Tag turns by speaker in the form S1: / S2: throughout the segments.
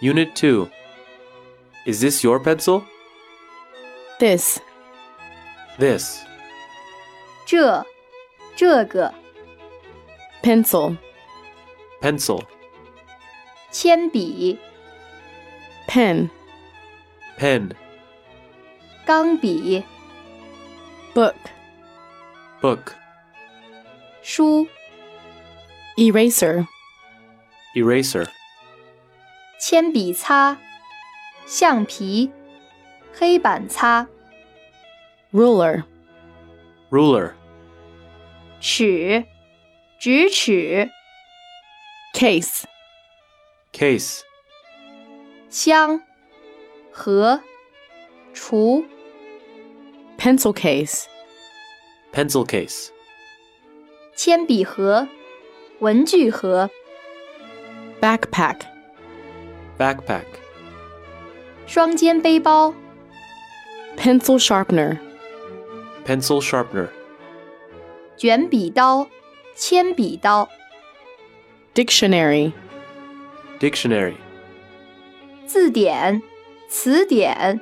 S1: Unit 2. Is this your pencil?
S2: This.
S1: This.
S3: 这、这个、
S2: Pencil.
S1: Pencil.
S3: 铅笔、
S2: Pen.
S1: Pen.
S3: 钢笔、
S2: Book.
S1: Book.
S3: 书、
S2: Eraser.
S1: Eraser.
S3: 铅笔擦、橡皮、黑板擦、
S2: Ruler.
S1: Ruler.
S3: 尺、直尺、
S2: Case.
S1: Case.
S3: 箱、盒、橱、
S2: Pencil case.
S1: Pencil case.
S3: 铅笔盒、文具盒、
S2: Backpack.
S1: Backpack.
S3: 双肩背包、
S2: Pencil sharpener.
S1: Pencil sharpener.
S3: 卷笔刀、铅笔刀、
S2: Dictionary.
S1: Dictionary.
S3: 字典、词典、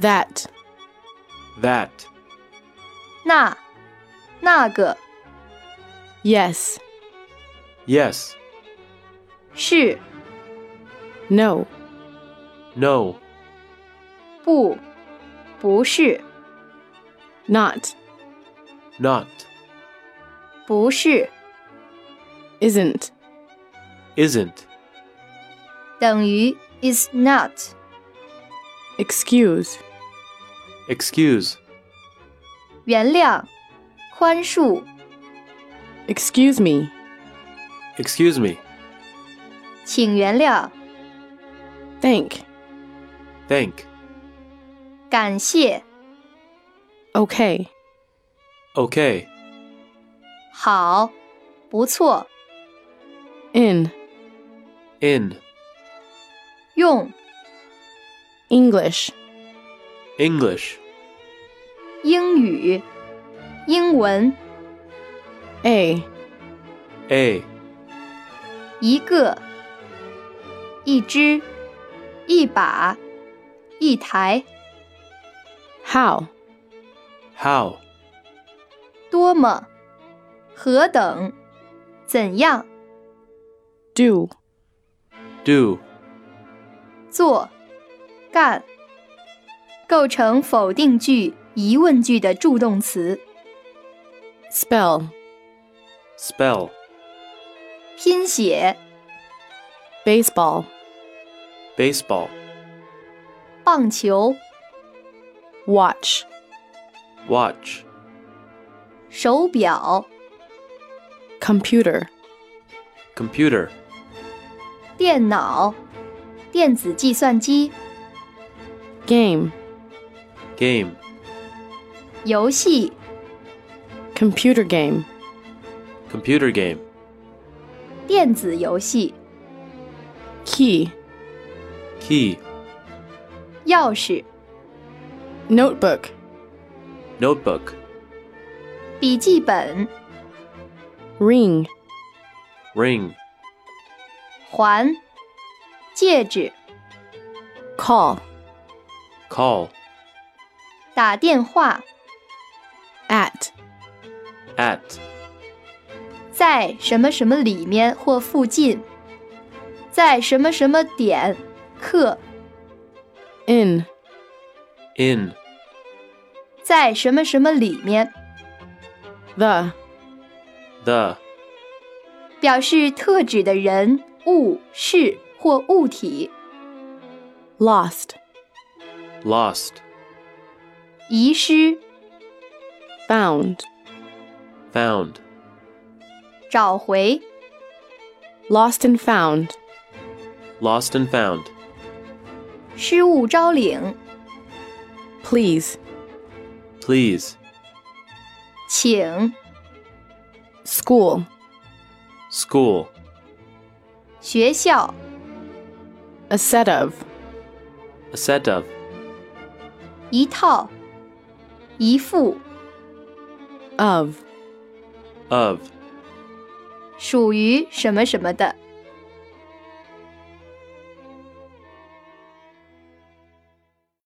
S2: That.
S1: That.
S3: 那、那个、
S2: Yes.
S1: Yes.
S3: 是、
S2: No.
S1: No.
S3: 不、不是、
S2: Not.
S1: Not.
S3: 不是，
S2: Isn't.
S1: Isn't.
S3: 等于 is not。
S2: Excuse.
S1: Excuse.
S3: 原谅、宽恕、
S2: Excuse me.
S1: Excuse me.
S3: 请原谅、
S2: Thank.
S1: Thank.
S3: 感谢、
S2: Okay.
S1: Okay.
S3: 好、不错、
S2: In.
S1: In.
S3: 用、
S2: English.
S1: English.
S3: 英语、英文、
S2: A.
S1: A.
S3: 一个、一只、一把、一台、
S2: How.
S1: How.
S3: 多么、何等、怎样、
S2: Do.
S1: Do.
S3: 做、干，构成否定句、疑问句的助动词。
S2: Spell.
S1: Spell.
S3: 拼写、
S2: Baseball.
S1: Baseball.
S3: 棒球、
S2: Watch.
S1: Watch.
S3: 手表、
S2: Computer.
S1: Computer.
S3: 电脑、电子计算机、
S2: Game.
S1: Game.
S3: 游戏、
S2: Computer game.
S1: Computer game.
S3: 电子游戏、
S2: Key.
S1: Key.
S3: 钥匙、
S2: Notebook.
S1: Notebook.
S3: 笔记本、
S2: Ring.
S1: Ring.
S3: 环、戒指、
S2: Call.
S1: Call.
S3: 打电话、
S2: At.
S1: At.
S3: 在什么什么里面或附近，在什么什么点、课，
S2: In.
S1: In.
S3: 在什么什么里面，
S2: The.
S1: The.
S3: 表示特指的人、物、事或物体。
S2: Lost.
S1: Lost.
S3: 遗失、
S2: Found.
S1: Found.
S3: 找回、
S2: Lost and found.
S1: Lost and found.
S3: 失物招领，
S2: Please.
S1: Please.
S3: 请。
S2: School.
S1: School.
S3: 学校、
S2: A set of.
S1: A set of.
S3: 一套、一副，
S2: Of.
S1: Of.
S3: 属于什么什么的。